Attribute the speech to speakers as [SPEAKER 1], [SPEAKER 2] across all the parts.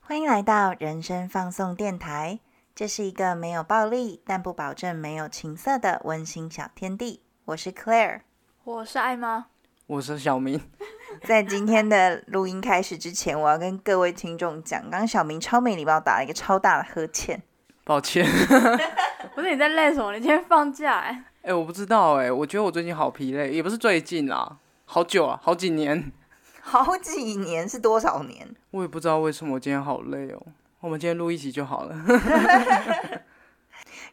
[SPEAKER 1] 欢迎来到人生放送电台，这是一个没有暴力，但不保证没有情色的温馨小天地。我是 Claire，
[SPEAKER 2] 我是爱吗？
[SPEAKER 3] 我是小明，
[SPEAKER 1] 在今天的录音开始之前，我要跟各位听众讲，刚刚小明超美丽帮我打了一个超大的呵欠。
[SPEAKER 3] 抱歉。
[SPEAKER 2] 不是你在累什么？你今天放假哎、
[SPEAKER 3] 哎、我不知道哎、我觉得我最近好疲累，也不是最近啦，好久啊，好几年，
[SPEAKER 1] 好几年是多少年？
[SPEAKER 3] 我也不知道为什么我今天好累哦。我们今天录一集就好了。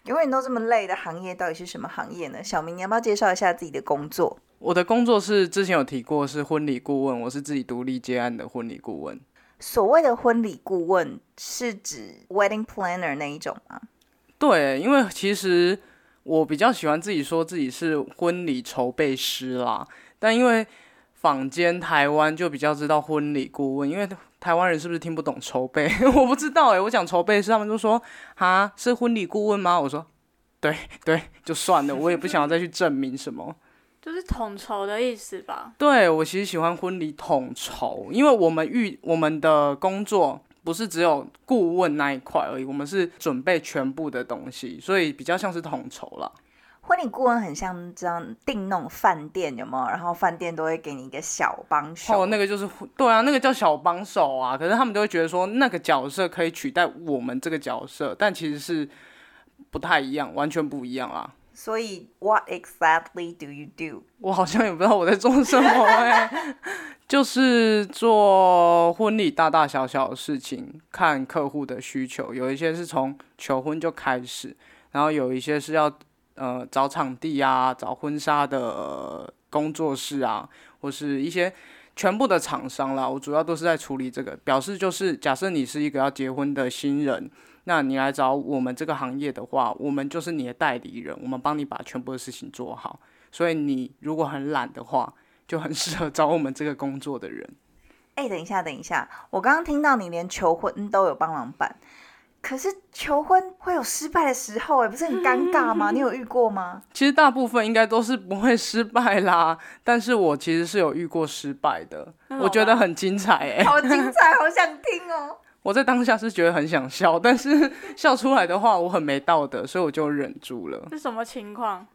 [SPEAKER 1] 永远都这么累的行业到底是什么行业呢？小明，你要不要介绍一下自己的工作？
[SPEAKER 3] 我的工作是之前有提过，是婚礼顾问，我是自己独立接案的婚礼顾问。
[SPEAKER 1] 所谓的婚礼顾问是指 wedding planner 那一种吗？
[SPEAKER 3] 对，因为其实我比较喜欢自己说自己是婚礼筹备师啦，但因为坊间台湾就比较知道婚礼顾问，因为台湾人是不是听不懂筹备？ 我不知道诶、欸我讲筹备师，他们就说啊是婚礼顾问吗？我说对对，就算了，我也不想要再去证明什么。
[SPEAKER 2] 就是统筹的意思吧。
[SPEAKER 3] 对我其实喜欢婚礼统筹，因为我们遇我们的工作不是只有顾问那一块而已，我们是准备全部的东西，所以比较像是统筹啦。
[SPEAKER 1] 婚礼顾问很像这样订那种饭店有没有？然后饭店都会给你一个小帮手。
[SPEAKER 3] 哦，那个就是对啊，那个叫小帮手啊。可是他们都会觉得说那个角色可以取代我们这个角色，但其实是不太一样，完全不一样啦。
[SPEAKER 1] 所以 what exactly do you do？
[SPEAKER 3] 我好像也不知道我在做什么哎、 就是做婚礼大大小小的事情，看客户的需求，有一些是从求婚就开始，然后有一些是要呃找场地啊，找婚纱的、呃工作室啊，或是一些全部的厂商啦，我主要都是在处理这个。表示就是，假设你是一个要结婚的新人。那你来找我们这个行业的话，我们就是你的代理人，我们帮你把全部的事情做好。所以你如果很懒的话，就很适合找我们这个工作的人。
[SPEAKER 1] 哎，等一下，等一下，我刚刚听到你连求婚嗯都有帮忙办，可是求婚会有失败的时候、哎，不是很尴尬吗？你有遇过吗？
[SPEAKER 3] 其实大部分应该都是不会失败啦，但是我其实是有遇过失败的，
[SPEAKER 2] 那
[SPEAKER 3] 我觉
[SPEAKER 2] 怎么
[SPEAKER 3] 得
[SPEAKER 2] 办
[SPEAKER 3] 很精彩哎、
[SPEAKER 1] 好精彩，好想听哦。
[SPEAKER 3] 我在当下是觉得很想笑，但是笑出来的话我很没道德，所以我就忍住了。
[SPEAKER 2] 是什么情况？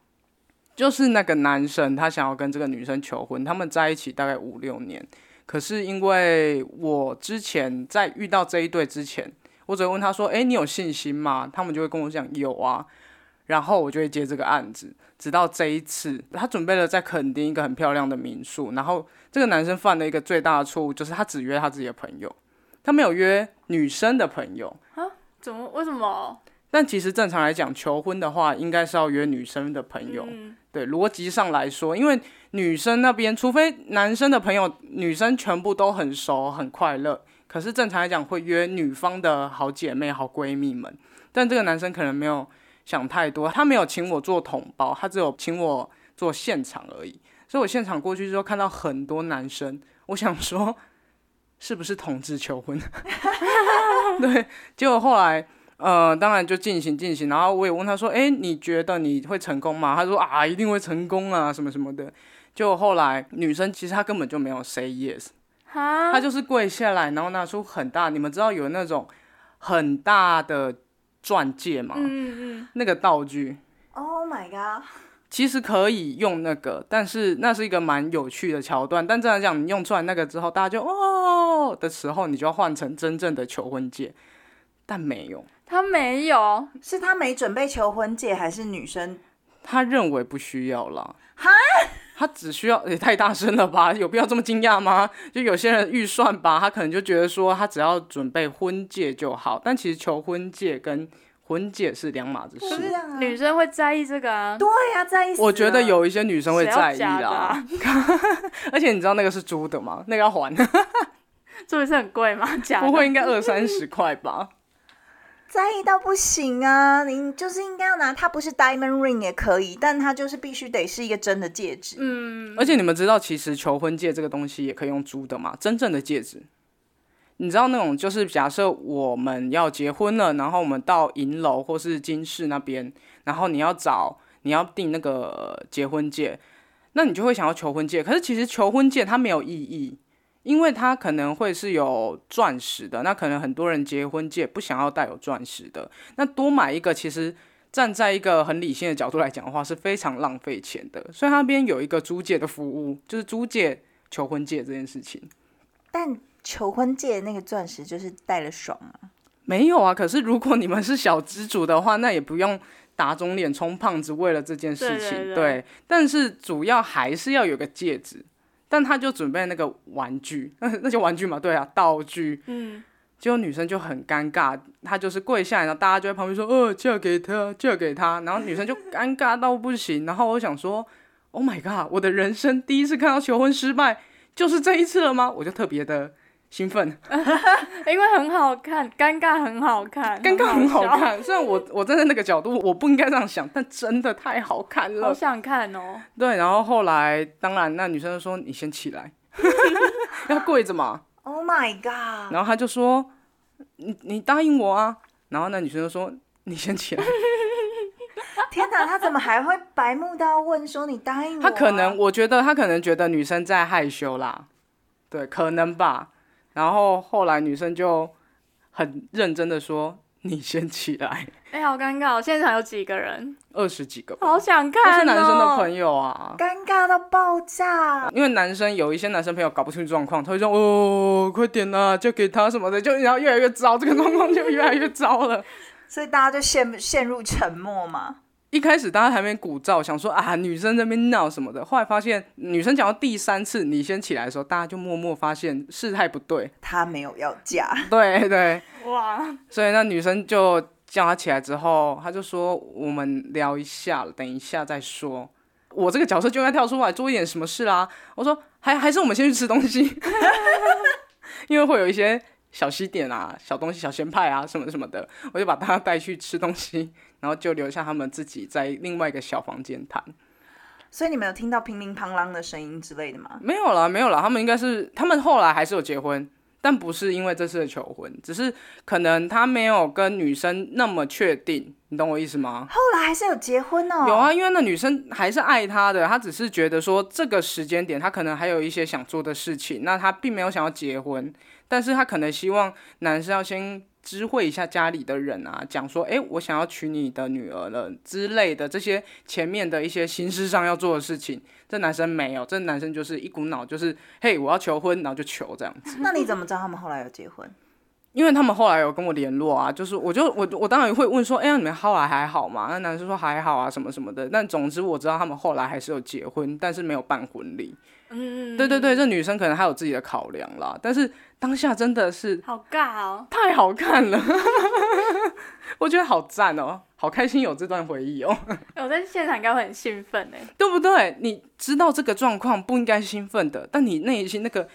[SPEAKER 3] 就是那个男生他想要跟这个女生求婚，他们在一起大概五六年，可是因为我之前在遇到这一对之前，我只会问他说：“诶，你有信心吗？”他们就会跟我讲有啊，然后我就会接这个案子，直到这一次，他准备了在垦丁一个很漂亮的民宿，然后这个男生犯了一个最大的错误，就是他只约他自己的朋友，他没有约女生的朋友。
[SPEAKER 2] 怎么？为什么？
[SPEAKER 3] 但其实正常来讲，求婚的话应该是要约女生的朋友，
[SPEAKER 2] 嗯，
[SPEAKER 3] 对逻辑上来说，因为女生那边，除非男生的朋友，女生全部都很熟很快乐，可是正常来讲会约女方的好姐妹、好闺蜜们。但这个男生可能没有想太多，他没有请我做统包，他只有请我做现场而已。所以我现场过去之后看到很多男生，我想说是不是同志求婚？ 对，结果后来呃，当然就进行进行，然后我也问他说：“哎，你觉得你会成功吗？”他说：“啊，一定会成功啊，什么什么的。”就后来女生其实她根本就没有 say yes，
[SPEAKER 2] 哈，
[SPEAKER 3] 她就是跪下来，然后拿出很大，你们知道有那种很大的钻戒吗？
[SPEAKER 2] 嗯嗯，
[SPEAKER 3] 那个道具
[SPEAKER 1] Oh my god！
[SPEAKER 3] 其实可以用那个，但是那是一个蛮有趣的桥段。但这样讲，你用出来那个之后，大家就哦的时候，你就要换成真正的求婚戒，但没有。
[SPEAKER 2] 他没有，
[SPEAKER 1] 是他没准备求婚戒，还是女生？
[SPEAKER 3] 他认为不需要啦。他只需要也太大声了吧？ 有必要这么惊讶吗？就有些人预算吧，他可能就觉得说他只要准备婚戒就好，但其实求婚戒跟婚戒是两码子
[SPEAKER 1] 不一
[SPEAKER 3] 事。
[SPEAKER 1] 样啊。
[SPEAKER 2] 女生会在意这个啊。
[SPEAKER 1] 对呀、在意死了。
[SPEAKER 3] 我觉得有一些女生会
[SPEAKER 2] 谁要
[SPEAKER 3] 在意
[SPEAKER 2] 假的
[SPEAKER 3] 啦，
[SPEAKER 2] 啊，
[SPEAKER 3] 而且你知道那个是租的吗？那个要还，
[SPEAKER 2] 这不是很贵 吗？假的
[SPEAKER 3] 不会应该二三十块吧？
[SPEAKER 1] 在意到不行啊！你就是应该要拿，它不是 diamond ring 也可以，但它就是必须得是一个真的戒指。
[SPEAKER 2] 嗯，
[SPEAKER 3] 而且你们知道，其实求婚戒这个东西也可以用租的嘛，真正的戒指。你知道那种就是假设我们要结婚了，然后我们到银楼或是金饰那边，然后你要找你要订那个结婚戒，那你就会想要求婚戒。可是其实求婚戒它没有意义，因为它可能会是有钻石的，那可能很多人结婚戒不想要带有钻石的，那多买一个其实。站在一个很理性的角度来讲的话，是非常浪费钱的。所以它那边有一个租借的服务，就是租借求婚戒这件事情。
[SPEAKER 1] 但求婚戒那个钻石就是戴了爽啊，
[SPEAKER 3] 没有啊，可是如果你们是小资主的话，那也不用打肿脸充胖子为了这件事情。
[SPEAKER 2] 对对对
[SPEAKER 3] 但是主要还是要有个戒指。但他就准备那个玩具， 那那些玩具嘛，对啊，道具。
[SPEAKER 2] 嗯，
[SPEAKER 3] 结果女生就很尴尬，她就是跪下来，然后大家就在旁边说：“呃，嫁给他，嫁给他。”然后女生就尴尬到不行。然后我想说：“Oh my god！我的人生第一次看到求婚失败，就是这一次了吗？”我就特别的兴奋。
[SPEAKER 2] 因为很好看，尴尬很好看，
[SPEAKER 3] 尴尬很好
[SPEAKER 2] 笑，
[SPEAKER 3] 看，虽然我我站在那个角度，我不应该这样想，但真的太好看
[SPEAKER 2] 好
[SPEAKER 3] 了。
[SPEAKER 2] 想看哦。
[SPEAKER 3] 对，然后后来当然那女生就说你先起来， 要跪着嘛。
[SPEAKER 1] ，Oh my god！
[SPEAKER 3] 然后他就说你你答应我啊。然后那女生就说你先起来。
[SPEAKER 1] 天哪，他怎么还会白目到问说你答应我啊、
[SPEAKER 3] 他可能我觉得他可能觉得女生在害羞啦，对，可能吧。然后后来女生就很认真的说你先起来，
[SPEAKER 2] 哎、好尴尬、哦！现场有几个人？
[SPEAKER 3] 二十几个吧，
[SPEAKER 2] 好想
[SPEAKER 3] 都
[SPEAKER 2] 看、哦。
[SPEAKER 3] 是男生的朋友啊。
[SPEAKER 1] 尴尬到爆炸，
[SPEAKER 3] 哦因为男生有一些男生朋友搞不清楚状况，他会说哦，快点啦、就给他什么的，就然后越来越糟，这个状况就越来越糟了。
[SPEAKER 1] 所以大家就陷陷入沉默嘛。
[SPEAKER 3] 一开始大家还没鼓噪，想说啊，女生在那边闹什么的。后来发现，女生讲到第三次你先起来的时候，大家就默默发现事态不对，
[SPEAKER 1] 他没有要嫁，
[SPEAKER 3] 对对，
[SPEAKER 2] 哇，嗯
[SPEAKER 3] 所以那女生就叫他起来之后，他就说我们聊一下，等一下再说。我这个角色就应该跳出来做一点什么事啦。我说还还是我们先去吃东西， 因为会有一些小西点啊、小东西、小咸派啊什么什么的，我就把他带去吃东西，然后就留下他们自己在另外一个小房间谈。
[SPEAKER 1] 所以你们有听到乒铃乓啷的声音之类的吗？
[SPEAKER 3] 没有啦，没有啦，他们应该是他们后来还是有结婚，但不是因为这次的求婚，只是可能他没有跟女生那么确定，你懂我意思吗？
[SPEAKER 1] 后来还是有结婚哦，
[SPEAKER 3] 有，啊，因为那女生还是爱他的，她只是觉得说这个时间点，她可能还有一些想做的事情，那她并没有想要结婚，但是她可能希望男生要先知会一下家里的人啊，讲说，诶，我想要娶你的女儿了之类的这些前面的一些形式上要做的事情，这男生没有，这男生就是一股脑就是，嘿，我要求婚，然后就求这样子。
[SPEAKER 1] 那你怎么知道他们后来有结婚？
[SPEAKER 3] 因为他们后来有跟我联络啊，就是我就我我当然会问说，哎、呀，你们后来还好吗？那男生说还好啊，什么什么的。但总之我知道他们后来还是有结婚，但是没有办婚礼。
[SPEAKER 2] 嗯，
[SPEAKER 3] 对对对，这女生可能还有自己的考量啦。但是当下真的是
[SPEAKER 2] 好尬哦。
[SPEAKER 3] 太好看了， 我觉得好赞哦，好开心有这段回忆哦，
[SPEAKER 2] 哎我在现场应该会很兴奋哎，
[SPEAKER 3] 对不对？你知道这个状况不应该兴奋的，但你内心那个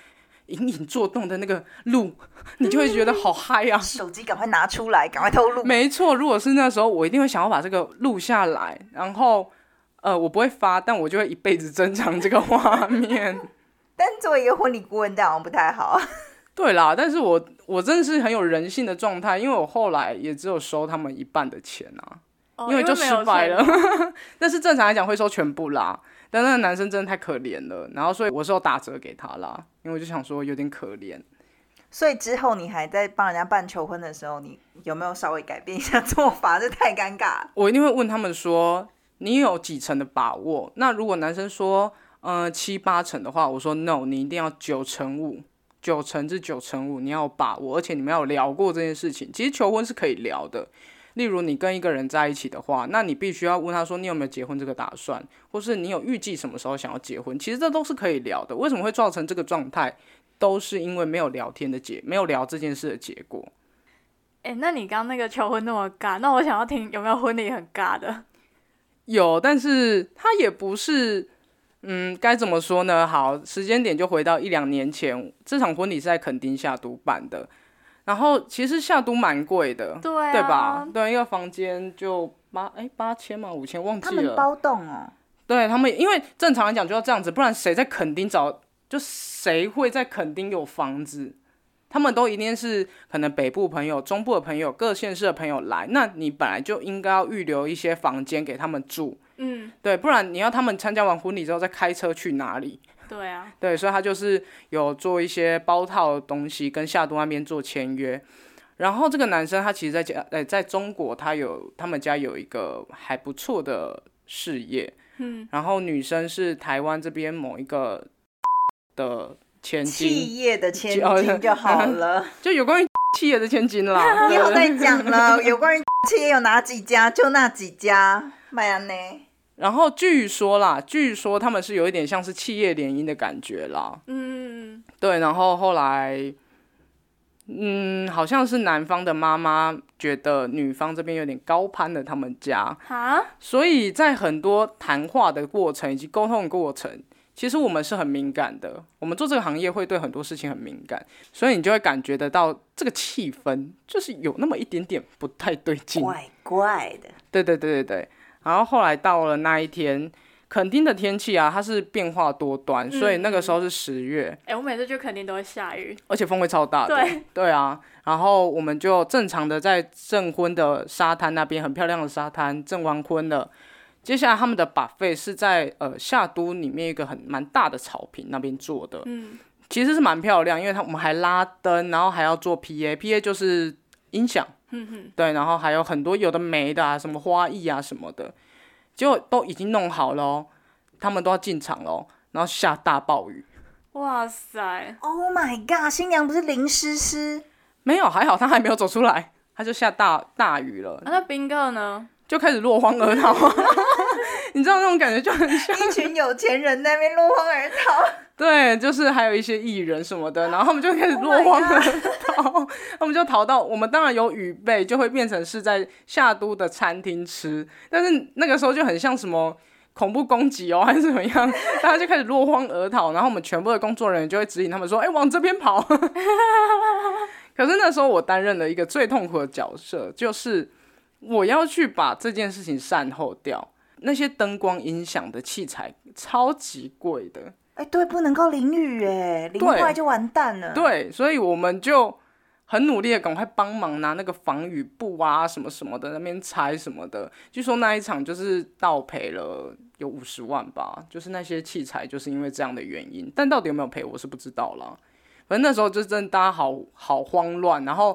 [SPEAKER 3] 隐隐作动的那个路，你就会觉得好嗨啊！
[SPEAKER 1] 手机赶快拿出来，赶快透露。
[SPEAKER 3] 没错，如果是那时候，我一定会想要把这个录下来，然后呃，我不会发，但我就会一辈子珍藏这个画 面。
[SPEAKER 1] 但作为一个婚礼顾问，这样好像不太好。
[SPEAKER 3] 对啦，但是我我真的是很有人性的状态，因为我后来也只有收他们一半的钱啊，
[SPEAKER 2] 哦
[SPEAKER 3] 因为就
[SPEAKER 2] 没
[SPEAKER 3] 失
[SPEAKER 2] 有
[SPEAKER 3] 败
[SPEAKER 2] 钱
[SPEAKER 3] 了。 但是正常来讲会收全部啦，但那个男生真的太可怜了，然后所以我是有打折给他啦，因为我就想说有点可怜。
[SPEAKER 1] 所以之后你还在帮人家办求婚的时候，你有没有稍微改变一下做法？这太尴尬了。
[SPEAKER 3] 我一定会问他们说，你有几成的把握？那如果男生说，呃，七八成的话，我说 no，你一定要九成五，九成至九成五，你要有把握，而且你们要有聊过这件事情。其实求婚是可以聊的，例如你跟一个人在一起的话，那你必须要问他说，你有没有结婚这个打算，或是你有预计什么时候想要结婚？其实这都是可以聊的。为什么会造成这个状态？都是因为没有聊天的结，没有聊这件事的结果。
[SPEAKER 2] 哎、那你刚刚那个求婚那么尬，那我想要听有没有婚礼很尬 的？
[SPEAKER 3] 有，但是它也不是，嗯，该怎么说呢？好，时间点就回到一两年前，这场婚礼是在垦丁夏都办的，然后其实夏都蛮贵的，
[SPEAKER 2] 对啊，
[SPEAKER 3] 对吧？？对，一个房间就八哎八千嘛，五千忘
[SPEAKER 1] 他
[SPEAKER 3] 记
[SPEAKER 1] 们
[SPEAKER 3] 了。
[SPEAKER 1] 包栋哦，
[SPEAKER 3] 对他们，因为正常来讲就要这样子，不然谁在垦丁找，就谁会在垦丁有房子？他们都一定是可能北部朋友、中部的朋友、各县市的朋友来，那你本来就应该要预留一些房间给他们住，
[SPEAKER 2] 嗯，
[SPEAKER 3] 对，不然你要他们参加完婚礼之后再开车去哪里？
[SPEAKER 2] 对啊，
[SPEAKER 3] 对，所以他就是有做一些包套的东西，跟夏都那边做签约。然后这个男生他其实在家，呃，在中国他有他们家有一个还不错的事业，嗯，然后女生是台湾这边某一个的千金，
[SPEAKER 1] 企业的千
[SPEAKER 3] 哦
[SPEAKER 1] 金就好了。
[SPEAKER 3] 就有关于企业的千金 啦。
[SPEAKER 1] 你
[SPEAKER 3] 哦对
[SPEAKER 1] 有在讲 了，有关于企业有哪几家，就那几家。麦安呢？
[SPEAKER 3] 然后据说啦，据说他们是有一点像是企业联姻的感觉啦，
[SPEAKER 2] 嗯，
[SPEAKER 3] 对，然后后来，嗯，好像是男方的妈妈觉得女方这边有点高攀了他们家，
[SPEAKER 2] 哈，
[SPEAKER 3] 所以在很多谈话的过程以及沟通的过程，其实我们是很敏感的。我们做这个行业会对很多事情很敏感，所以你就会感觉得到这个气氛就是有那么一点点不太对劲。
[SPEAKER 1] 怪怪的，
[SPEAKER 3] 对对对对对。然后后来到了那一天，垦丁的天气啊，它是变化多端，所以那个时候是十月。
[SPEAKER 2] 哎、我每次去肯定都会下雨，
[SPEAKER 3] 而且风会超大的。
[SPEAKER 2] 对
[SPEAKER 3] 啊，然后我们就正常的在证婚的沙滩那边，很漂亮的沙滩，证完婚了。接下来他们的 buffet 是在呃夏都里面一个很蛮大的草坪那边做的，
[SPEAKER 2] 嗯，
[SPEAKER 3] 其实是蛮漂亮，因为他我们还拉灯，然后还要做 PA，PA 就是音响，
[SPEAKER 2] 嗯
[SPEAKER 3] 对，然后还有很多有的没的啊，什么花艺啊什么的，结果都已经弄好了哦，他们都要进场喽，然后下大暴雨，
[SPEAKER 2] 哇塞，啊
[SPEAKER 1] Oh my god！新娘不是林诗诗，
[SPEAKER 3] 没有，还好他还没有走出来，他就下大大雨了，
[SPEAKER 2] 啊、那宾客呢？
[SPEAKER 3] 就开始落荒而逃。你知道那种感觉就很像，
[SPEAKER 1] 一群有钱人在那边落荒而逃。
[SPEAKER 3] 对，就是还有一些艺人什么的，然后他们就开始 落荒
[SPEAKER 1] Oh
[SPEAKER 3] 而逃他们就逃到 我们当然有雨备，就会变成是在夏都的餐厅吃，但是那个时候就很像什么。恐怖攻击哦，还 是怎么样？大家就开始落荒而逃，然后我们全部的工作人员就会指引他们说：“哎、往这边跑。” 可是那时候我担任了一个最痛苦的角色，就是我要去把这件事情善后掉。那些灯光、音响的器材超级贵的，
[SPEAKER 1] 哎、对，不能够淋雨哎，淋
[SPEAKER 3] 对
[SPEAKER 1] 坏就完蛋了。，
[SPEAKER 3] 对，所以我们就很努力的赶快帮忙拿那个防雨布啊什么什么的，那边拆什么的。据说那一场就是倒赔了有五十万吧，就是那些器材就是因为这样的原因，但到底有没有赔我是不知道啦。反正那时候就真的大家好好慌乱，然后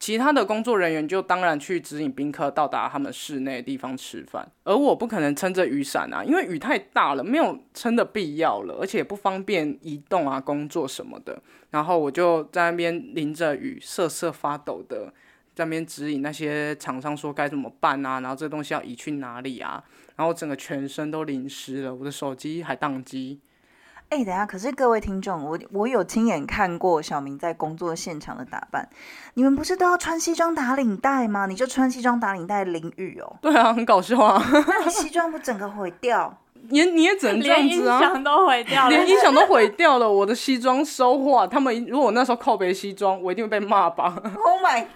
[SPEAKER 3] 其他的工作人员就当然去指引宾客到达他们室内的地方吃饭，而我不可能撑着雨伞啊，因为雨太大了，没有撑的必要了，而且也不方便移动啊、工作什么的。然后我就在那边淋着雨，瑟瑟发抖的在那边指引那些厂商说该怎么办啊，然后这东西要移去哪里啊，然后整个全身都淋湿了，我的手机还宕机。，
[SPEAKER 1] 哎、等一下，可是各位听众，我我有亲眼看过小明在工作现场的打扮，你们不是都要穿西装打领带吗？你就穿西装打领带淋雨哦
[SPEAKER 3] 对啊，很搞笑啊，
[SPEAKER 1] 那你西装不整个毁掉？
[SPEAKER 3] 也你也只能这
[SPEAKER 2] 连
[SPEAKER 3] 样
[SPEAKER 2] 音
[SPEAKER 3] 子啊。
[SPEAKER 2] 响都毁掉了
[SPEAKER 3] 连，音响都毁掉了，我的西装收获。他们如果我那时候靠背西装，我一定会被骂吧。
[SPEAKER 1] Oh my！God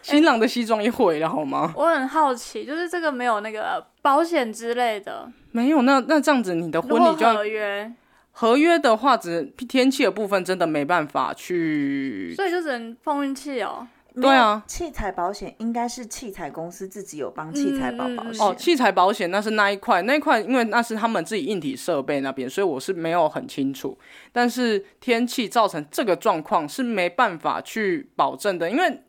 [SPEAKER 3] 新郎的西装也毁了好吗？
[SPEAKER 2] 我很好奇，就是这个没有那个保险之类的，
[SPEAKER 3] 没有，那那这样子你的
[SPEAKER 2] 如
[SPEAKER 3] 婚
[SPEAKER 2] 果
[SPEAKER 3] 礼就要嗯
[SPEAKER 2] 合约，
[SPEAKER 3] 合约的话，只天气的部分真的没办法去。
[SPEAKER 2] 所以就只能碰运气哦。
[SPEAKER 3] 对啊，
[SPEAKER 1] 器材保险应该是器材公司自己有帮器材保保
[SPEAKER 2] 嗯嗯
[SPEAKER 1] 险。
[SPEAKER 3] 哦，器材保险那是那一块，那一块因为那是他们自己硬体设备那边，所以我是没有很清楚。但是天气造成这个状况是没办法去保证的，因为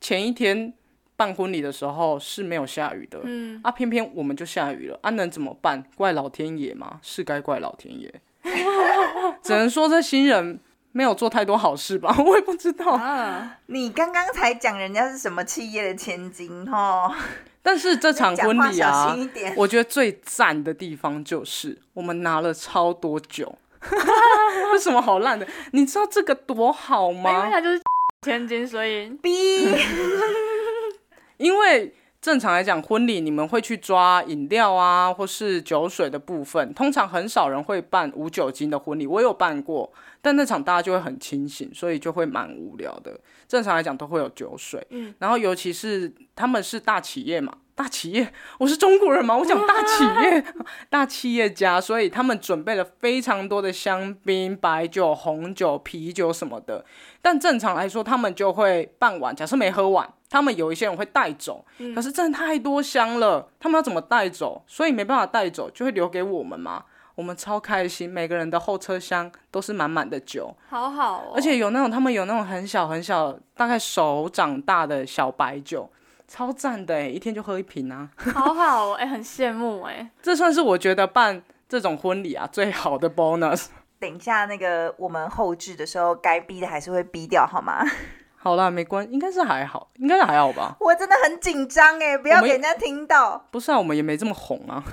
[SPEAKER 3] 前一天办婚礼的时候是没有下雨的，
[SPEAKER 2] 嗯，
[SPEAKER 3] 啊，偏偏我们就下雨了，啊，能怎么办？怪老天爷吗？是该怪老 天爷，只能说这新人没有做太多好事吧，我也不知道。
[SPEAKER 2] 啊，
[SPEAKER 1] 你刚刚才讲人家是什么企业的千金哦，
[SPEAKER 3] 但是这场
[SPEAKER 1] 讲
[SPEAKER 3] 婚
[SPEAKER 1] 话
[SPEAKER 3] 礼
[SPEAKER 1] 小
[SPEAKER 3] 啊
[SPEAKER 1] 心，一点。
[SPEAKER 3] 我觉得最赞的地方就是我们拿了超多酒， 有什么好烂的？你知道这个多好
[SPEAKER 2] 那因为
[SPEAKER 3] 吗？
[SPEAKER 2] 他就是 千金，所以
[SPEAKER 1] 逼，
[SPEAKER 3] 因为正常来讲，婚礼你们会去抓饮料啊，或是酒水的部分，通常很少人会办无酒精的婚礼。我有办过，但那场大家就会很清醒，所以就会蛮无聊的。正常来讲都会有酒水，
[SPEAKER 2] 嗯
[SPEAKER 3] 然后尤其是他们是大企业嘛，大企业，我是中国人嘛，我讲大企业，大企业家，所以他们准备了非常多的香槟、白酒、红酒、啤酒什么的。但正常来说，他们就会办完，假设没喝完，他们有一些人会带走。可是真的太多香了，他们要怎么带走？所以没办法带走，就会留给我们嘛。我们超开心，每个人的后车厢都是满满的酒。
[SPEAKER 2] 好好哦，
[SPEAKER 3] 而且有那种他们有那种很小很小，大概手掌大的小白酒，超赞的哎，一天就喝一瓶啊！
[SPEAKER 2] 好好哦，哎、很羡慕哎、
[SPEAKER 3] 这算是我觉得办这种婚礼啊最好的 bonus。
[SPEAKER 1] 等一下那个我们后置的时候，该逼的还是会逼掉，好吗？
[SPEAKER 3] 好啦，没关，应该是还好，应该是还好吧？
[SPEAKER 1] 我真的很紧张哎，不要
[SPEAKER 3] 我们
[SPEAKER 1] 给人家听到。
[SPEAKER 3] 不是啊，我们也没这么红啊。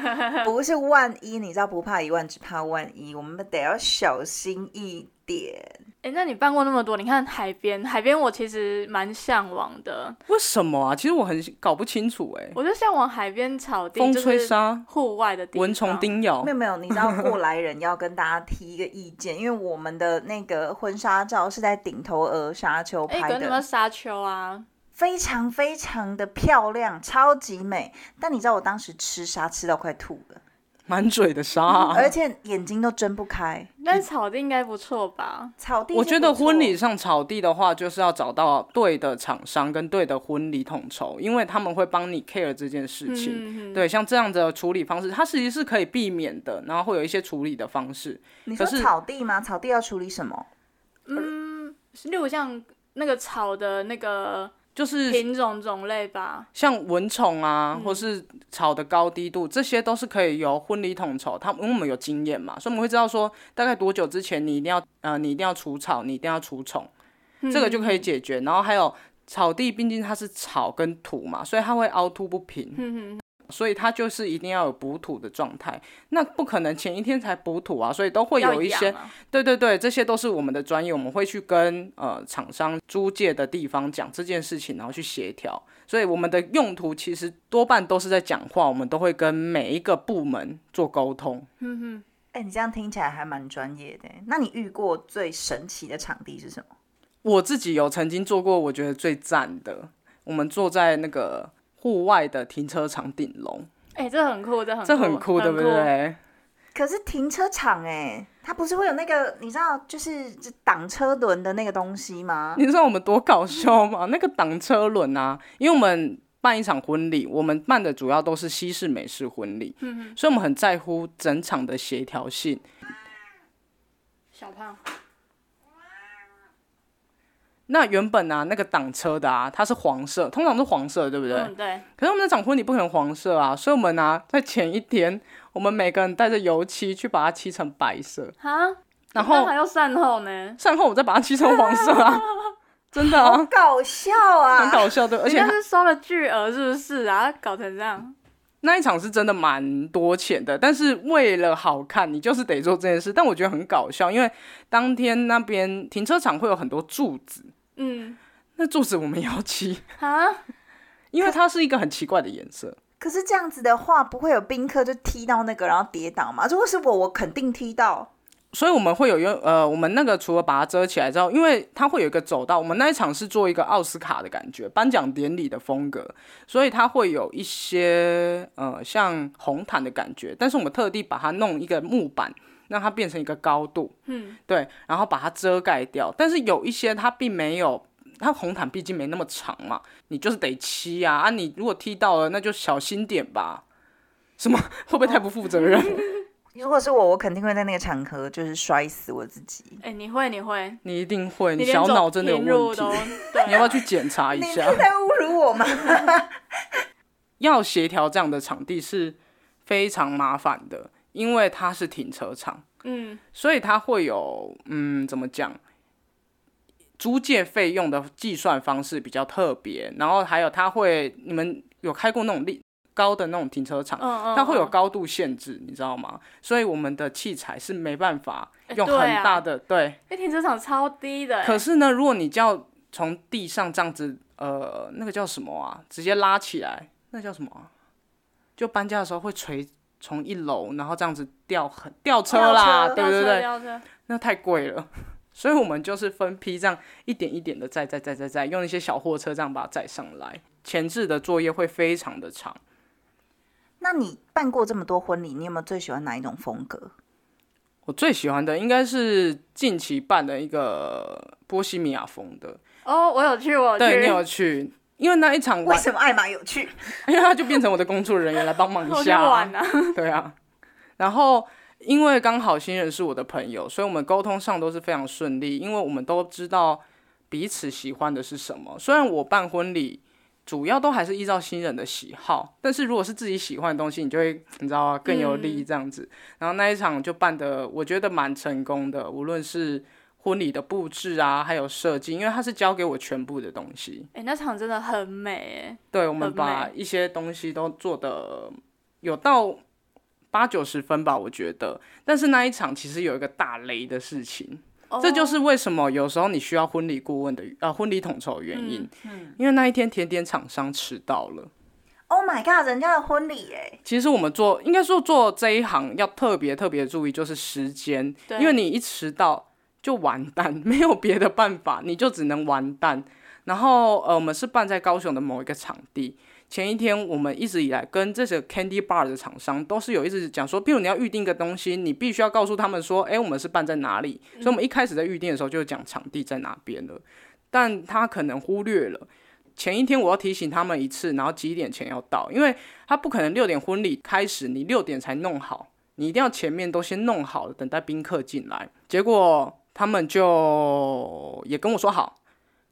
[SPEAKER 1] 不是万一，你知道不怕一万，只怕万一，我们得要小心一点。
[SPEAKER 2] 哎、那你办过那么多，你看海边，海边我其实蛮向往的，
[SPEAKER 3] 为什么啊？其实我很搞不清楚哎、
[SPEAKER 2] 我就向往海边草地，
[SPEAKER 3] 风
[SPEAKER 2] 就是
[SPEAKER 3] 吹沙，
[SPEAKER 2] 户外的地方，
[SPEAKER 3] 蚊虫叮咬
[SPEAKER 1] 没，有没有，你知道过来人要跟大家提一个意见，因为我们的那个婚纱照是在顶头鹅沙丘
[SPEAKER 2] 哎、
[SPEAKER 1] 拍
[SPEAKER 2] 可
[SPEAKER 1] 的，
[SPEAKER 2] 能你们沙丘啊，
[SPEAKER 1] 非常非常的漂亮，超级美。但你知道我当时吃沙吃到快吐了，
[SPEAKER 3] 满嘴的沙啊、
[SPEAKER 1] 而且眼睛都睁不开。
[SPEAKER 2] 但草地应该不错吧？
[SPEAKER 1] 草地是
[SPEAKER 3] 我觉得
[SPEAKER 1] 不错
[SPEAKER 3] 婚礼上草地的话，就是要找到对的厂商跟对的婚礼统筹，因为他们会帮你 care 这件事情。
[SPEAKER 2] 嗯，
[SPEAKER 3] 对，像这样的处理方式，它其实是可以避免的，然后会有一些处理的方式。
[SPEAKER 1] 你说
[SPEAKER 3] 可是
[SPEAKER 1] 草地吗？草地要处理什么？
[SPEAKER 2] 例如像那个草的那个
[SPEAKER 3] 就是
[SPEAKER 2] 品种种类吧，
[SPEAKER 3] 像蚊虫啊，
[SPEAKER 2] 嗯
[SPEAKER 3] 或是草的高低度，这些都是可以由婚礼统筹。他们因为我们有经验嘛，所以我们会知道说，大概多久之前你一定要呃，你一定要除草，你一定要除虫，
[SPEAKER 2] 嗯
[SPEAKER 3] 这个就可以解决。然后还有草地，毕竟它是草跟土嘛，所以它会凹凸不平。
[SPEAKER 2] 嗯，
[SPEAKER 3] 所以它就是一定要有补土的状态，那不可能前一天才补土啊，所以都会
[SPEAKER 2] 要
[SPEAKER 3] 有一
[SPEAKER 2] 养
[SPEAKER 3] 些，
[SPEAKER 2] 啊
[SPEAKER 3] 对对对，这些都是我们的专业，我们会去跟呃厂商租借的地方讲这件事情，然后去协调。所以我们的用途其实多半都是在讲话，我们都会跟每一个部门做沟通。
[SPEAKER 1] 哎、你这样听起来还蛮专业的。那你遇过最神奇的场地是什么？
[SPEAKER 3] 我自己有曾经做过，我觉得最赞的，我们坐在那个户外的停车场顶楼，
[SPEAKER 2] 哎、这很酷，这很
[SPEAKER 3] 这很酷，
[SPEAKER 2] 酷，
[SPEAKER 3] 对不？对？
[SPEAKER 1] 可是停车场哎、它不是会有那个你知道就是就挡车轮的那个东西吗？
[SPEAKER 3] 你知道我们多搞笑吗？ 那个挡车轮啊，因为我们办一场婚礼，我们办的主要都是西式美式婚礼，
[SPEAKER 2] 嗯
[SPEAKER 3] 所以我们很在乎整场的协调性。
[SPEAKER 2] 小胖，
[SPEAKER 3] 那原本啊，那个挡车的啊，它是黄色，通常是黄色，对不对？
[SPEAKER 2] 嗯，对，
[SPEAKER 3] 可是我们那场婚礼不可能黄色啊，所以我们啊，在前一天，我们每个人带着油漆去把它漆成白色，
[SPEAKER 2] 哈，
[SPEAKER 3] 然
[SPEAKER 2] 那
[SPEAKER 3] 后
[SPEAKER 2] 还要善后呢？
[SPEAKER 3] 善后我再把它漆成黄色 啊，真的啊，
[SPEAKER 1] 搞笑
[SPEAKER 3] 很
[SPEAKER 1] 啊！
[SPEAKER 3] 搞笑的，而
[SPEAKER 2] 哦人
[SPEAKER 3] 且
[SPEAKER 2] 家是收了巨额，是不是啊？搞成这样，
[SPEAKER 3] 那一场是真的蛮多钱的，但是为了好看，你就是得做这件事。但我觉得很搞笑，因为当天那边停车场会有很多柱子，
[SPEAKER 2] 嗯，
[SPEAKER 3] 那柱子我们要漆，
[SPEAKER 2] 啊，
[SPEAKER 3] 因为它是一个很奇怪的颜色。
[SPEAKER 1] 可是这样子的话，不会有宾客就踢到那个然后跌倒吗？如果是我，我肯定踢到。
[SPEAKER 3] 所以我们会有用呃，我们那个除了把它遮起来之后，因为它会有一个走道，我们那一场是做一个奥斯卡的感觉，颁奖典礼的风格，所以它会有一些呃像红毯的感觉，但是我们特地把它弄一个木板，让它变成一个高度，嗯，对，然后把它遮盖掉，但是有一些它并没有。它红毯毕竟没那么长嘛，你就是得踢啊！啊，你如果踢到了，那就小心点吧。什么 会不会太不负责 任？
[SPEAKER 1] 如果是我，我肯定会在那个场合就是摔死我自己。
[SPEAKER 2] 哎、你会，你会，
[SPEAKER 3] 你一定会，你
[SPEAKER 2] 连
[SPEAKER 3] 小
[SPEAKER 2] 走
[SPEAKER 3] 脑真的有
[SPEAKER 2] 平路
[SPEAKER 3] 问题
[SPEAKER 2] 都。对啊，
[SPEAKER 3] 你要不要去检查一
[SPEAKER 1] 你
[SPEAKER 3] 下
[SPEAKER 1] 是？在侮辱我吗？
[SPEAKER 3] 要协调这样的场地是非常麻烦的，因为它是停车场，
[SPEAKER 2] 嗯，
[SPEAKER 3] 所以它会有嗯，怎么讲？租借费用的计算方式比较特别，然后还有它会，你们有开过那种立高的那种停车场，
[SPEAKER 2] 嗯嗯，
[SPEAKER 3] 它会有
[SPEAKER 2] 嗯
[SPEAKER 3] 高度限制，你知道吗？所以我们的器材是没办法
[SPEAKER 2] 哎
[SPEAKER 3] 用
[SPEAKER 2] 对
[SPEAKER 3] 很
[SPEAKER 2] 啊
[SPEAKER 3] 大的对
[SPEAKER 2] 因为停车场超低的、
[SPEAKER 3] 可
[SPEAKER 2] 欸，
[SPEAKER 3] 是呢，如果你叫从地上这样子，呃，那个叫什么啊？直接拉起来，那叫什么、啊？就搬家的时候会垂从一楼，然后这样子吊很吊车啦，
[SPEAKER 1] 吊车
[SPEAKER 3] 对对对，
[SPEAKER 2] 飙车，
[SPEAKER 3] 那太贵了。 所以我们就是分批这样一点一点的载载载载载，用一些小货车这样把它载上来。前置的作业会非常的长。
[SPEAKER 1] 那你办过这么多婚礼，你有没有最喜欢哪一种风格？
[SPEAKER 3] 我最喜欢的应该是近期办的一个波西米亚风的，
[SPEAKER 2] 哦，我有去， 我有
[SPEAKER 3] 对你
[SPEAKER 2] 去，
[SPEAKER 3] 有去，因为那一场
[SPEAKER 1] 为
[SPEAKER 3] 玩，
[SPEAKER 1] 什么艾玛有趣？
[SPEAKER 3] 因为他就变成我的工作人员来帮忙
[SPEAKER 2] 我
[SPEAKER 3] 一
[SPEAKER 2] 去
[SPEAKER 3] 下、
[SPEAKER 2] 玩啊。
[SPEAKER 3] 对啊，然后因为刚好新人是我的朋友，所以我们沟通上都是非常顺利，因为我们都知道彼此喜欢的是什么。虽然我办婚礼主要都还是依照新人的喜好，但是如果是自己喜欢的东西，你就会你知道啊，更有利这样子。然后那一场就办的，我觉得蛮成功的，无论是。婚礼的布置啊，还有设计，因为他是教给我全部的东西，
[SPEAKER 2] 哎、那场真的很美
[SPEAKER 3] 对，我们
[SPEAKER 2] 很
[SPEAKER 3] 把
[SPEAKER 2] 美
[SPEAKER 3] 一些东西都做的有到八九十分吧，我觉得。但是那一场其实有一个大雷的事情，
[SPEAKER 2] 哎、哦
[SPEAKER 3] 这就是为什么有时候你需要婚礼顾问的呃婚礼统筹的原因，
[SPEAKER 2] 嗯
[SPEAKER 3] 因为那一天甜点厂商迟到了。
[SPEAKER 1] Oh my god，人家的婚礼哎、
[SPEAKER 3] 其实我们做应该说做这一行要特别特别注意，就是时间，
[SPEAKER 2] 对
[SPEAKER 3] 因为你一迟到就完蛋， 没有别的办法，你就只能完蛋。然后呃，我们是办在高雄的某一个场地。前一天我们一直以来跟这些 candy bar 的厂商都是有一直讲说，譬如你要预定一个东西，你必须要告诉他们说，哎、我们是办在哪里。所以我们一开始在预定的时候就讲场地在哪边了，但他可能忽略了。前一天我要提醒他们一次，然后几点前要到，因为他不可能六点婚礼开始，你六点才弄好，你一定要前面都先弄好了，等待宾客进来。结果他们就也跟我说好，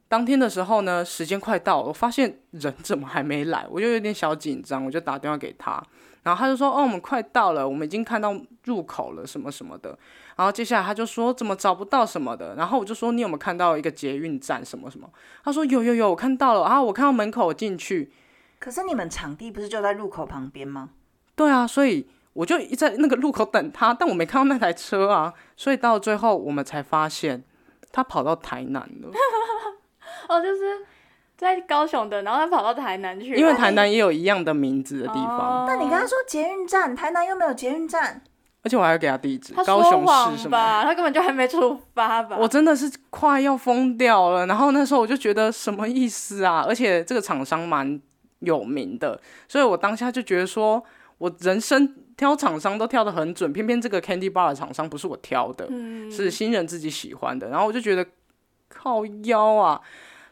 [SPEAKER 3] 当天的时候呢，时间快到了，我发现人怎么还没来，我就有点小紧张，我就打电话给他，然后他就说：“哦，我们快到了，我们已经看到入口了，什么什么的。”然后接下来他就说：“怎么找不到什么的？”然后我就说：“你有没有看到一个捷运站什么什么？”他说：“有有有，我看到了啊，我看到门口我进去。”
[SPEAKER 1] 可是你们场地不是就在入口旁边吗？
[SPEAKER 3] 对啊，所以我就一在那个路口等他，但我没看到那台车啊，所以到最后我们才发现他跑到台南 了，
[SPEAKER 2] 哦，就是在高雄的，然后他跑到台南去了，
[SPEAKER 3] 因为台南也有一样的名字的地
[SPEAKER 2] 哦
[SPEAKER 3] 方，
[SPEAKER 1] 那你跟他说捷运站，台南又没有捷运站，
[SPEAKER 3] 而且我还要给他地址，
[SPEAKER 2] 他
[SPEAKER 3] 高
[SPEAKER 2] 说
[SPEAKER 3] 雄市什
[SPEAKER 2] 谎
[SPEAKER 3] 么。
[SPEAKER 2] 吧，他根本就还没出发吧？
[SPEAKER 3] 我真的是快要疯掉了，然后那时候我就觉得什么意思啊？而且这个厂商蛮有名的，所以我当下就觉得说，我人生挑厂商都挑得很准，偏偏这个 Candy Bar 的厂商不是我挑的，
[SPEAKER 2] 嗯
[SPEAKER 3] 是新人自己喜欢的，然后我就觉得靠腰啊，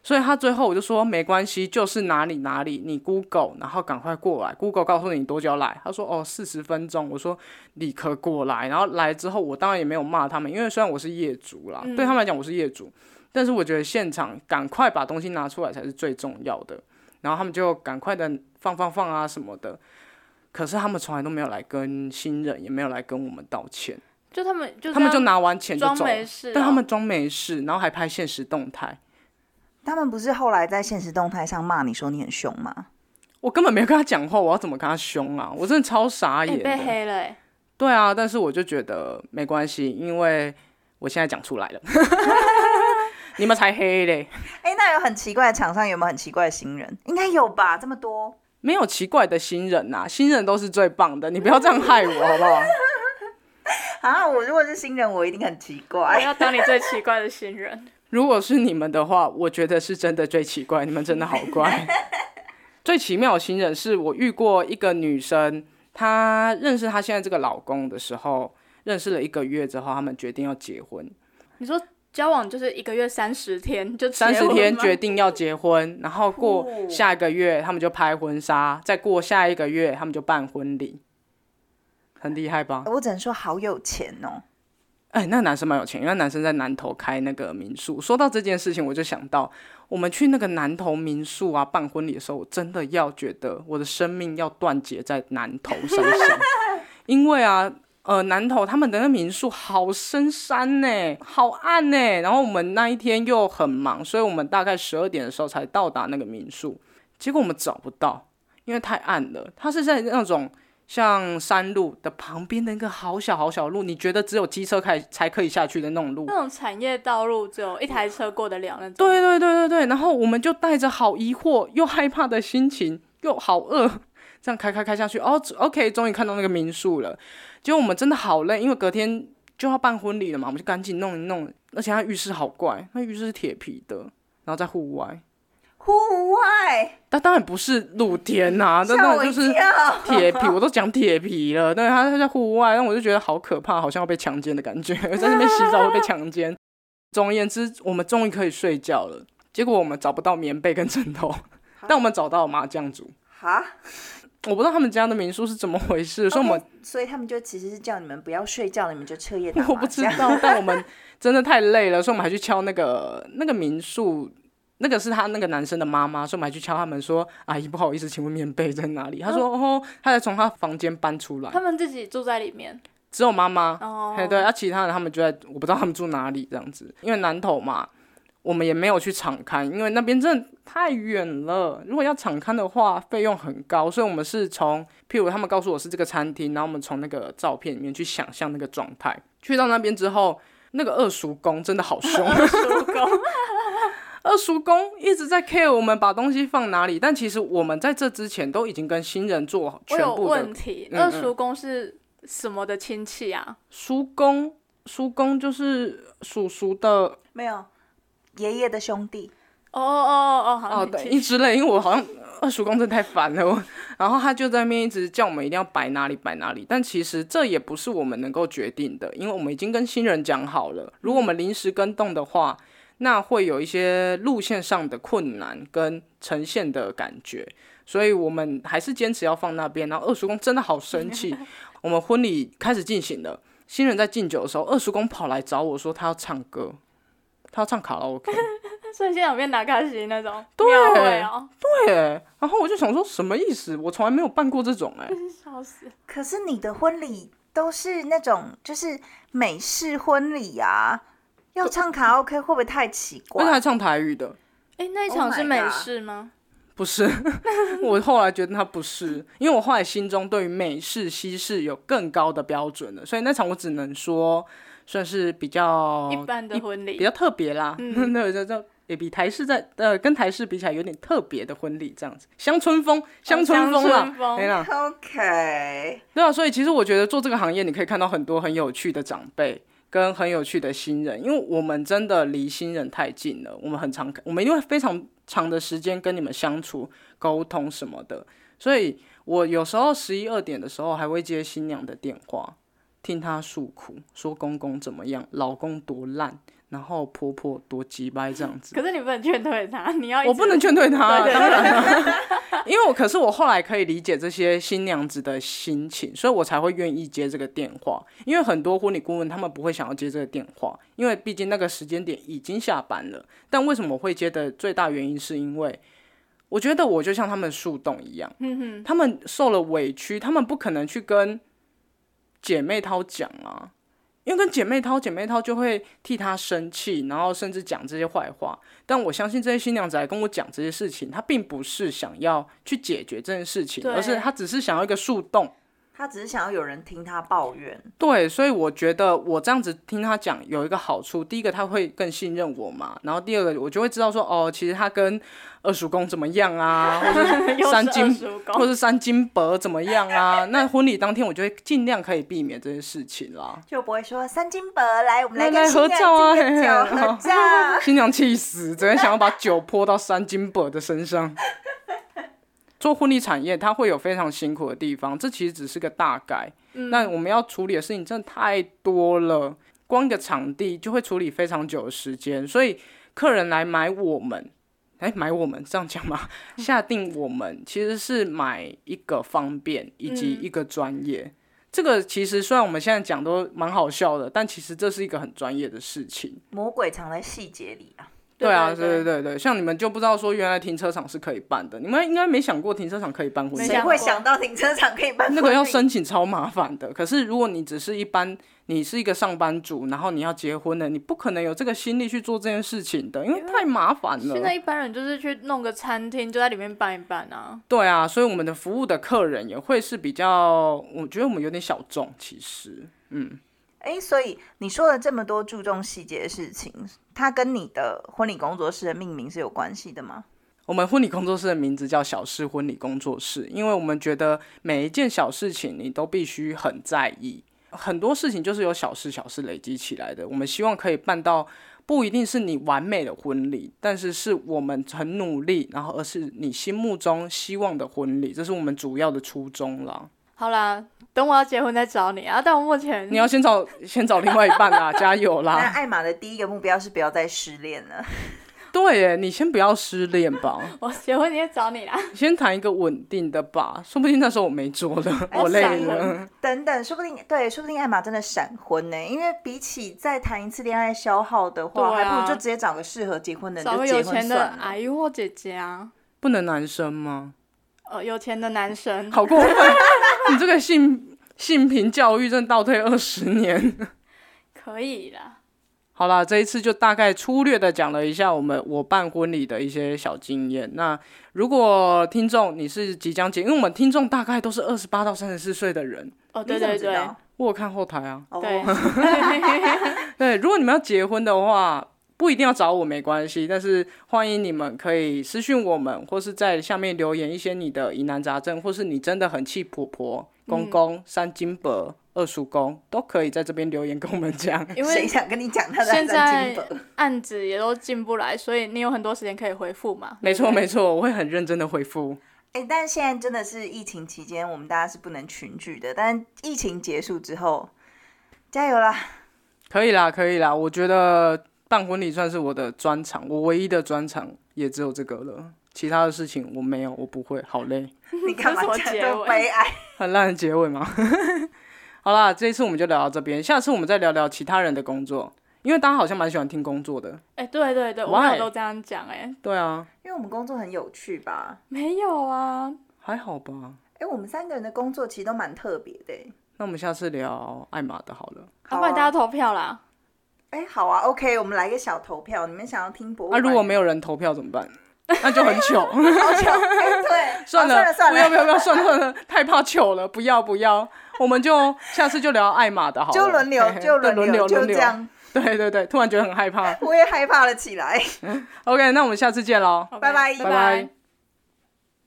[SPEAKER 3] 所以他最后我就说没关系，就是哪里哪里，你 Google，然后赶快过来，Google 告诉你多久要来，他说哦四十分钟，我说立刻过来，然后来之后我当然也没有骂他们，因为虽然我是业主啦，
[SPEAKER 2] 嗯
[SPEAKER 3] 对他们来讲我是业主，但是我觉得现场赶快把东西拿出来才是最重要的，然后他们就赶快的放放放啊什么的。可是他们从来都没有来跟新人，也没有来跟我们道歉，
[SPEAKER 2] 就他们就
[SPEAKER 3] 他们
[SPEAKER 2] 这
[SPEAKER 3] 就
[SPEAKER 2] 样
[SPEAKER 3] 拿完钱就
[SPEAKER 2] 装
[SPEAKER 3] 走了
[SPEAKER 2] 没。事哦，
[SPEAKER 3] 但他们装没事，然后还拍现实动态，
[SPEAKER 1] 他们不是后来在现实动态上骂你说你很凶吗？
[SPEAKER 3] 我根本没有跟他讲话，我要怎么跟他凶啊？我真的超傻
[SPEAKER 2] 哎、
[SPEAKER 3] 眼的。
[SPEAKER 2] 被黑了、哎，
[SPEAKER 3] 对啊，但是我就觉得没关系，因为我现在讲出来了， 你们才黑嘞，
[SPEAKER 1] 哎、那有很奇怪的厂商，有没有很奇怪的新人？应该有吧，这么多。
[SPEAKER 3] 没有奇怪的新人呐、新人都是最棒的，你不要这样害我好不好？
[SPEAKER 1] 啊，我如果是新人，我一定很奇
[SPEAKER 2] 我
[SPEAKER 1] 怪。
[SPEAKER 2] 要当你最奇怪的新人。
[SPEAKER 3] 如果是你们的话，我觉得是真的最奇怪，你们真的好 怪。最奇妙的新人是我遇过一个女生，她认识她现在这个老公的时候，认识了一个月之后，他们决定要结婚，
[SPEAKER 2] 你说交往就是一个月三十天就
[SPEAKER 3] 三十天决
[SPEAKER 2] 绝
[SPEAKER 3] 定要结婚，然后过
[SPEAKER 1] 哦
[SPEAKER 3] 下一个月他们就拍婚纱，再过下一个月他们就办婚礼，很厉害吧？
[SPEAKER 1] 我只能说好有钱哦。
[SPEAKER 3] 哎、那个男生蛮有钱，因为那男生在南头开那个民宿。说到这件事情，我就想到我们去那个南头民宿啊办婚礼的时候，我真的要觉得我的生命要断绝在南头山上，因为啊。呃，南头他们的那民宿好深山呢、好暗呢、然后我们那一天又很忙，所以我们大概十二点的时候才到达那个民宿。结果我们找不到，因为太暗了。它是在那种像山路的旁边的一个好小好小路，你觉得只有机车开才可以下去的那种路。
[SPEAKER 2] 那种产业道路只有一台车过得了那种。
[SPEAKER 3] 对对对对对，然后我们就带着好疑惑又害怕的心情，又好饿，这样开开开下去。哦，OK，终于看到那个民宿了。结果我们真的好累，因为隔天就要办婚礼了嘛，我们就赶紧弄一弄。而且它浴室好怪，那浴室是铁皮的，然后在户外。
[SPEAKER 1] 户外，对，
[SPEAKER 3] 但当然不是露天呐、啊，那
[SPEAKER 1] 吓
[SPEAKER 3] 当
[SPEAKER 1] 我
[SPEAKER 3] 然
[SPEAKER 1] 一
[SPEAKER 3] 就是
[SPEAKER 1] 跳。
[SPEAKER 3] 铁皮，我都讲铁皮了。对，他他在户外，让我就觉得好可怕，好像要被强奸的感觉， 在那边洗澡会被强奸。总而言之，我们终于可以睡觉了。结果我们找不到棉被跟枕头，但我们找到麻将组。
[SPEAKER 1] 哈，
[SPEAKER 3] 我不知道他们家的民宿是怎么回事，所以我们
[SPEAKER 1] OK，所以他们就其实是叫你们不要睡觉，你们就彻夜打麻将。
[SPEAKER 3] 我不知道，但我们真的太累了，所以我们还去敲那个那个民宿，那个是他那个男生的妈妈，所以我们还去敲他门说：“阿姨，不好意思，请问棉被在哪里？”他说：“哦，他才从他房间搬出来
[SPEAKER 2] 他，们自己住在里面
[SPEAKER 3] 只有妈妈。
[SPEAKER 2] 哦。
[SPEAKER 3] 嘿，对，啊，其他人他们就在，我不知道他们住哪里这样子，因为南投嘛，我们也没有去敞开，因为那边真的太远了。如果要敞开的话，费用很高，所以我们是从，譬如他们告诉我是这个餐厅，然后我们从那个照片里面去想象那个状态。去到那边之后，那个二叔公 真的好凶，
[SPEAKER 2] 叔公
[SPEAKER 3] 二叔公一直在 care 我们把东西放哪里，但其实我们在这之前都已经跟新人做好
[SPEAKER 2] 我
[SPEAKER 3] 全
[SPEAKER 2] 有
[SPEAKER 3] 部的
[SPEAKER 2] 问题，
[SPEAKER 3] 嗯嗯
[SPEAKER 2] 二叔公是什么的亲戚啊？
[SPEAKER 3] 叔公。叔公就是叔叔的
[SPEAKER 1] 没有爷爷的兄弟，
[SPEAKER 2] 哦哦哦哦，好
[SPEAKER 3] 哦，
[SPEAKER 2] 像
[SPEAKER 3] 对，
[SPEAKER 2] 亲
[SPEAKER 3] 一
[SPEAKER 2] 戚
[SPEAKER 3] 之类，因为我好像二叔公真的太烦了，我然后他就在那边一直叫我们一定要摆哪里摆哪里，但其实这也不是我们能够决定的，因为我们已经跟新人讲好了，如果我们临时跟动的话，那会有一些路线上的困难跟呈现的感觉，所以我们还是坚持要放那边。然后二叔公真的好生气，我们婚礼开始进行了，新人在敬酒的时候，二叔公跑来找我说他要唱歌，他要唱卡拉 OK。
[SPEAKER 2] 所以现在有变打卡西那种
[SPEAKER 3] 对
[SPEAKER 2] 庙会哦，
[SPEAKER 3] 对，然后我就想说什么意思？我从来没有办过这种哎、
[SPEAKER 2] 笑死！
[SPEAKER 1] 可是你的婚礼都是那种就是美式婚礼啊，要唱卡拉 OK 会不会太奇
[SPEAKER 3] 而且还
[SPEAKER 1] 怪？
[SPEAKER 3] 唱台语的，
[SPEAKER 2] 哎，那一
[SPEAKER 1] Oh
[SPEAKER 2] 场是
[SPEAKER 1] my
[SPEAKER 2] 美
[SPEAKER 1] god
[SPEAKER 2] 式吗？
[SPEAKER 3] 不是。 我后来觉得他不是，因为我后来心中对于美式、西式有更高的标准了，所以那场我只能说算是比较
[SPEAKER 2] 一般的婚
[SPEAKER 3] 哦比
[SPEAKER 2] 礼
[SPEAKER 3] 较特别啦。 嗯，那叫叫也比台式在呃跟台式比起来有点特别的婚礼这样子，乡村风，乡村风
[SPEAKER 2] 哦乡
[SPEAKER 3] 啦
[SPEAKER 2] 村，风
[SPEAKER 3] 对啦。
[SPEAKER 1] OK，
[SPEAKER 3] 对啊，所以其实我觉得做这个行业，你可以看到很多很有趣的长辈跟很有趣的新人，因为我们真的离新人太近了，我们很常，我们因为非常长的时间跟你们相处、沟通什么的，所以我有时候十一二点的时候还会接新娘的电话，听她诉苦，说公公怎么样，老公多烂，然后婆婆多鸡掰这样子。
[SPEAKER 2] 可是你不能劝退他， 你要一
[SPEAKER 3] 我
[SPEAKER 2] 直
[SPEAKER 3] 不能劝退她啊，
[SPEAKER 2] 对对
[SPEAKER 3] 当然 啊，因为我可是我后来可以理解这些新娘子的心情，所以我才会愿意接这个电话。因为很多婚礼顾问他们不会想要接这个电话，因为毕竟那个时间点已经下班了。但为什么我会接的最大原因，是因为我觉得我就像他们树洞一样，他们受了委屈，他们不可能去跟姐妹淘讲啊。因为跟姐妹淘，姐妹淘就会替她生气，然后甚至讲这些坏话。但我相信这些新娘子来跟我讲这些事情，她并不是想要去解决这件事情，
[SPEAKER 2] 对
[SPEAKER 3] 而是她只是想要一个树洞。
[SPEAKER 1] 他只是想要有人听他抱怨。
[SPEAKER 3] 对，所以我觉得我这样子听她讲有一个好处，第一个她会更信任我嘛，然后第二个我就会知道说，哦，其实她跟二叔公怎么样啊，或者
[SPEAKER 2] 又
[SPEAKER 3] 三
[SPEAKER 2] 是
[SPEAKER 3] 金
[SPEAKER 2] 二叔
[SPEAKER 3] 或
[SPEAKER 2] 公，
[SPEAKER 3] 是三金箔怎么样啊？那婚礼当天，我就会尽量可以避免这些事情啦。
[SPEAKER 1] 就不会说三金箔来，我们
[SPEAKER 3] 来
[SPEAKER 1] 跟
[SPEAKER 3] 来
[SPEAKER 1] 新
[SPEAKER 3] 合
[SPEAKER 1] 娘
[SPEAKER 3] 照啊
[SPEAKER 1] 敬个
[SPEAKER 3] 嘿
[SPEAKER 1] 酒
[SPEAKER 3] 嘿
[SPEAKER 1] 合照。啊
[SPEAKER 3] 新娘气死，整天想要把酒泼到三金箔的身上。 做婚礼产业，它会有非常辛苦的地方，这其实只是个大概。那我们要处理的事情真的太多了，光一个场地就会处理非常久的时间，所以客人来买我们，哎，买我们这样讲吗？下定我们其实是买一个方便以及一个专业。这个其实虽然我们现在讲都蛮好笑的，但其实这是一个很专业的事情。
[SPEAKER 1] 魔鬼藏在细节里啊！
[SPEAKER 3] 对啊，对
[SPEAKER 2] 对
[SPEAKER 3] 对对对，像你们就不知道说原来停车场是可以办的，你们应该没想过停车场可以办婚
[SPEAKER 2] 没
[SPEAKER 3] 礼
[SPEAKER 1] 谁
[SPEAKER 2] 想
[SPEAKER 3] 吧，
[SPEAKER 1] 会
[SPEAKER 2] 过
[SPEAKER 1] 想到停车场可以办
[SPEAKER 3] 那个要
[SPEAKER 1] 婚礼
[SPEAKER 3] 申请超麻烦的。可是如果你只是一般，你是一个上班族，然后你要结婚的，你不可能有这个心力去做这件事情的，因为太麻烦了
[SPEAKER 2] 现。在一般人就是去弄个餐厅，就在里面办一办啊。
[SPEAKER 3] 对啊，所以我们的服务的客人也会是比较，我觉得我们有点小众，其实。嗯
[SPEAKER 1] 哎，所以你说了这么多注重细节的事情，它跟你的婚礼工作室的命名是有关系的吗？
[SPEAKER 3] 我们婚礼工作室的名字叫小事婚礼工作室，因为我们觉得每一件小事情你都必须很在意，很多事情就是由小事小事累积起来的。我们希望可以办到不一定是你完美的婚礼，但是是我们很努力，然后而是你心目中希望的婚礼，这是我们主要的初衷啦。
[SPEAKER 2] 好啦，等我要结婚再找你啊！但我目前
[SPEAKER 3] 你要先找先找另外一半啦， 加油
[SPEAKER 1] 那
[SPEAKER 3] 啦！
[SPEAKER 1] 艾玛的第一个目标是不要再失恋了。
[SPEAKER 3] 对耶，你先不要失恋吧，
[SPEAKER 2] 我结婚也找你啦。
[SPEAKER 3] 先谈一个稳定的吧，说不定那时候我没做了，
[SPEAKER 2] 哎
[SPEAKER 3] 我累
[SPEAKER 2] 闪
[SPEAKER 3] 了
[SPEAKER 2] 婚。
[SPEAKER 1] 等等，说不定对，说不定艾玛真的闪婚呢、因为比起再谈一次恋爱消耗的话，
[SPEAKER 2] 对
[SPEAKER 1] 还
[SPEAKER 2] 啊
[SPEAKER 1] 不如就直接找个适合结婚的
[SPEAKER 2] 找
[SPEAKER 1] 人
[SPEAKER 2] 个
[SPEAKER 1] 就
[SPEAKER 2] 有
[SPEAKER 1] 结婚
[SPEAKER 2] 钱的
[SPEAKER 1] 算了。
[SPEAKER 2] 阿姨或姐姐啊，
[SPEAKER 3] 不能男生吗？
[SPEAKER 2] 呃，有钱的男生。
[SPEAKER 3] 好过分！你这个性 性平教育真的倒退二十年。
[SPEAKER 2] 可以啦，
[SPEAKER 3] 好啦，这一次就大概粗略的讲了一下我们我办婚礼的一些小经验。那如果听众你是即将结，因为我们听众大概都是二十八到三十四岁的人，
[SPEAKER 2] 哦，
[SPEAKER 1] 你
[SPEAKER 2] 对
[SPEAKER 1] 怎么
[SPEAKER 2] 对
[SPEAKER 1] 知
[SPEAKER 2] 对，
[SPEAKER 1] 道
[SPEAKER 3] 我有看后台啊。
[SPEAKER 1] 哦
[SPEAKER 2] 对，
[SPEAKER 3] 对，如果你们要结婚的话，不一定要找我没关系，但是欢迎你们可以私讯我们，或是在下面留言一些你的疑难杂症，或是你真的很气婆婆、公公、三金伯、二叔公，都可以在这边留言跟我们讲。
[SPEAKER 2] 因
[SPEAKER 1] 谁
[SPEAKER 2] 为
[SPEAKER 1] 想跟你讲他的
[SPEAKER 2] 现
[SPEAKER 1] 三金
[SPEAKER 2] 在
[SPEAKER 1] 本？
[SPEAKER 2] 案子也都进不来，所以你有很多时间可以回复嘛。
[SPEAKER 3] 没错没错，我会很认真的回复。
[SPEAKER 1] 哎、但现在真的是疫情期间，我们大家是不能群聚的。但疫情结束之后，加油啦！
[SPEAKER 3] 可以啦，可以啦，我觉得办婚礼算是我的专长，我唯一的专长也只有这个了，其他的事情我没有，我不会，好累。
[SPEAKER 1] 你干嘛
[SPEAKER 2] 这是我
[SPEAKER 1] 这
[SPEAKER 2] 结
[SPEAKER 1] 样都
[SPEAKER 2] 尾
[SPEAKER 1] 悲哀？
[SPEAKER 3] 很烂的结尾吗？ 好啦，这一次我们就聊到这边，下次我们再聊聊其他人的工作，因为大家好像蛮喜欢听工作的。
[SPEAKER 2] 哎、对对对，我朋
[SPEAKER 3] Why？
[SPEAKER 2] 友都这样讲，哎，
[SPEAKER 3] 对啊，
[SPEAKER 1] 因为我们工作很有趣吧？
[SPEAKER 2] 没有啊，
[SPEAKER 3] 还好吧。
[SPEAKER 1] 哎、我们三个人的工作其实都蛮特别的、欸。
[SPEAKER 3] 那我们下次聊艾玛的好了。
[SPEAKER 1] 好啊
[SPEAKER 2] 要不然大家投票啦。
[SPEAKER 1] 哎、好啊，OK，我们来一个小投票，你们想要听博物
[SPEAKER 3] 啊，
[SPEAKER 1] 馆？
[SPEAKER 3] 如果没有人投票怎么办？那就很 糗。
[SPEAKER 1] 好久，哎对，
[SPEAKER 3] 算
[SPEAKER 1] 了、
[SPEAKER 3] 了，
[SPEAKER 1] 算算
[SPEAKER 3] 不要不
[SPEAKER 1] 了，
[SPEAKER 3] 要不要，算了算了，太怕糗了，不要不要，我们就下次就聊艾玛 的好了，
[SPEAKER 1] 就轮流
[SPEAKER 3] 嘿嘿，
[SPEAKER 1] 就
[SPEAKER 3] 对
[SPEAKER 1] 轮
[SPEAKER 3] 轮流，
[SPEAKER 1] 就
[SPEAKER 3] 轮
[SPEAKER 1] 这
[SPEAKER 3] 流。
[SPEAKER 1] 样。
[SPEAKER 3] 对对对，突然觉得很害怕。
[SPEAKER 1] 我也害怕了起来。
[SPEAKER 3] OK，那我们下次见喽。
[SPEAKER 2] OK，
[SPEAKER 1] 拜拜
[SPEAKER 3] 拜拜